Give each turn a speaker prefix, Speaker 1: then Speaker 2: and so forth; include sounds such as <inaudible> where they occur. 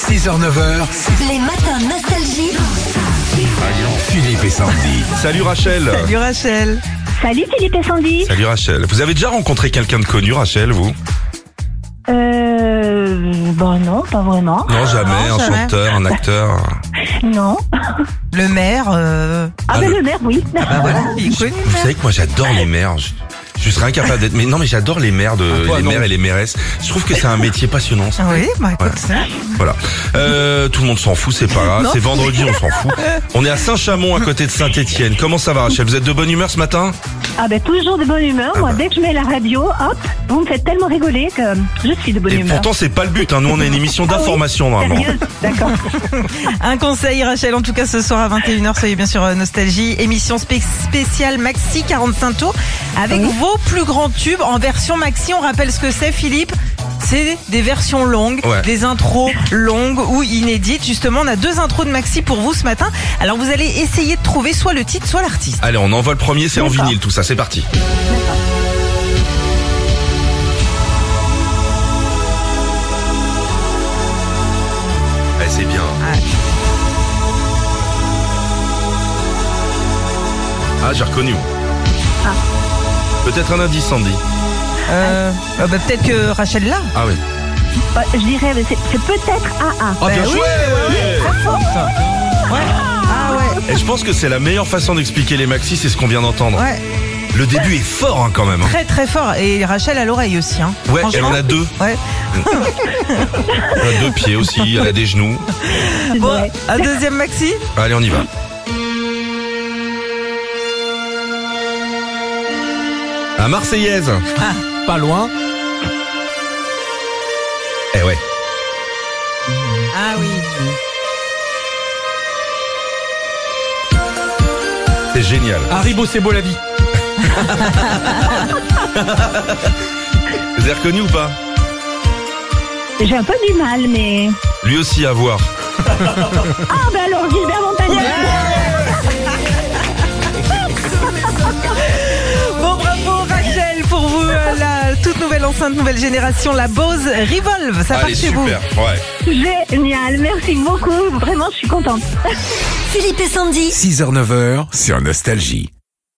Speaker 1: 6h-9h,
Speaker 2: Les matins nostalgie.
Speaker 1: Philippe et Sandy.
Speaker 3: Salut Rachel.
Speaker 4: Salut Rachel.
Speaker 5: Salut Philippe et Sandy.
Speaker 3: Salut Rachel. Vous avez déjà rencontré quelqu'un de connu, Rachel, vous
Speaker 5: Euh, bon non, pas vraiment.
Speaker 3: Non, jamais.
Speaker 4: non,
Speaker 3: un
Speaker 4: jamais.
Speaker 3: chanteur, un acteur.
Speaker 5: Non.
Speaker 4: Le maire, euh,
Speaker 5: Ah ben le maire, oui.
Speaker 4: bah voilà, il est connu le
Speaker 3: Vous
Speaker 4: maire.
Speaker 3: savez que moi, j'adore les mères. Je, je serais incapable d'être. Mais non, mais j'adore les mères de
Speaker 1: Ah,
Speaker 3: les mères et les mairesses. Je trouve que c'est un métier passionnant. ça.
Speaker 4: Ah Oui, bah écoute ça.
Speaker 5: Ah.
Speaker 3: Voilà. Euh, tout le monde s'en fout, c'est pas grave.
Speaker 4: Non.
Speaker 3: C'est vendredi, on s'en fout. On est à Saint-Chamond, à côté de Saint-Étienne. Comment ça va, Rachel Vous êtes de bonne humeur ce matin
Speaker 5: Ah ben toujours de bonne humeur.
Speaker 3: Ah
Speaker 5: Moi,
Speaker 3: bah.
Speaker 5: dès que je mets la radio, hop, vous me faites tellement rigoler que je suis de bonne
Speaker 3: Et
Speaker 5: humeur. Ah
Speaker 3: pourtant, c'est pas le but. hein. Nous, on a une émission d'information normalement.
Speaker 5: Sérieuse, <laughs> d'accord.
Speaker 4: Un conseil Rachel, en tout cas ce soir à 21h, soyez bien sûr euh, Nostalgie, émission spé- spéciale Maxi 45 tours avec vos plus grands tubes en version Maxi. On rappelle ce que c'est Philippe c'est des versions longues,
Speaker 3: Ouais.
Speaker 4: des intros longues ou inédites. Justement, on a deux intros de Maxi pour vous ce matin. Alors, vous allez essayer de trouver soit le titre, soit l'artiste.
Speaker 3: Allez, on envoie le premier. C'est en
Speaker 5: D'accord.
Speaker 3: vinyle, tout ça. C'est parti. Eh, c'est bien. Ah, j'ai reconnu.
Speaker 4: Ah.
Speaker 3: Peut-être un indice, Sandy.
Speaker 4: Euh, euh, bah, peut-être que Rachel l'a.
Speaker 3: Ah oui.
Speaker 5: Bah, je dirais, mais c'est c'est peut-être AA.
Speaker 3: Ah, bien
Speaker 4: Eh oui, eh
Speaker 3: joué
Speaker 4: Ben Ouais. Ah ouais.
Speaker 3: Et Eh, je pense que c'est la meilleure façon d'expliquer les maxis, c'est ce qu'on vient d'entendre.
Speaker 4: Ouais,
Speaker 3: Le début est fort hein, quand même.
Speaker 4: très très fort. Et Rachel à l'oreille aussi. Hein.
Speaker 3: Ouais, elle
Speaker 4: Franchement.
Speaker 3: en a deux.
Speaker 4: Ouais.
Speaker 3: Elle a deux pieds aussi, elle a des genoux. Ah
Speaker 5: C'est
Speaker 3: bah.
Speaker 4: Bon,
Speaker 5: vrai.
Speaker 4: un deuxième maxi
Speaker 3: Allez, on y va. La Marseillaise.
Speaker 6: Pas loin.
Speaker 3: Eh ouais.
Speaker 4: Ah oui.
Speaker 3: C'est génial.
Speaker 6: Haribo, c'est beau la vie.
Speaker 3: Vous avez reconnu ou pas
Speaker 5: J'ai un peu du mal, mais...
Speaker 3: Lui aussi à voir.
Speaker 5: Ah ben alors, Gilbert Montagnier.
Speaker 4: Bon, bravo Rachel pour vous, euh, la toute nouvelle enceinte, nouvelle génération, la Bose Revolve. Ça part
Speaker 3: Allez,
Speaker 4: chez vous.
Speaker 3: Ah, super. Ouais.
Speaker 5: Génial, merci beaucoup. Vraiment, je suis contente.
Speaker 2: Philippe et Sandy.
Speaker 1: 6h-9h sur Nostalgie.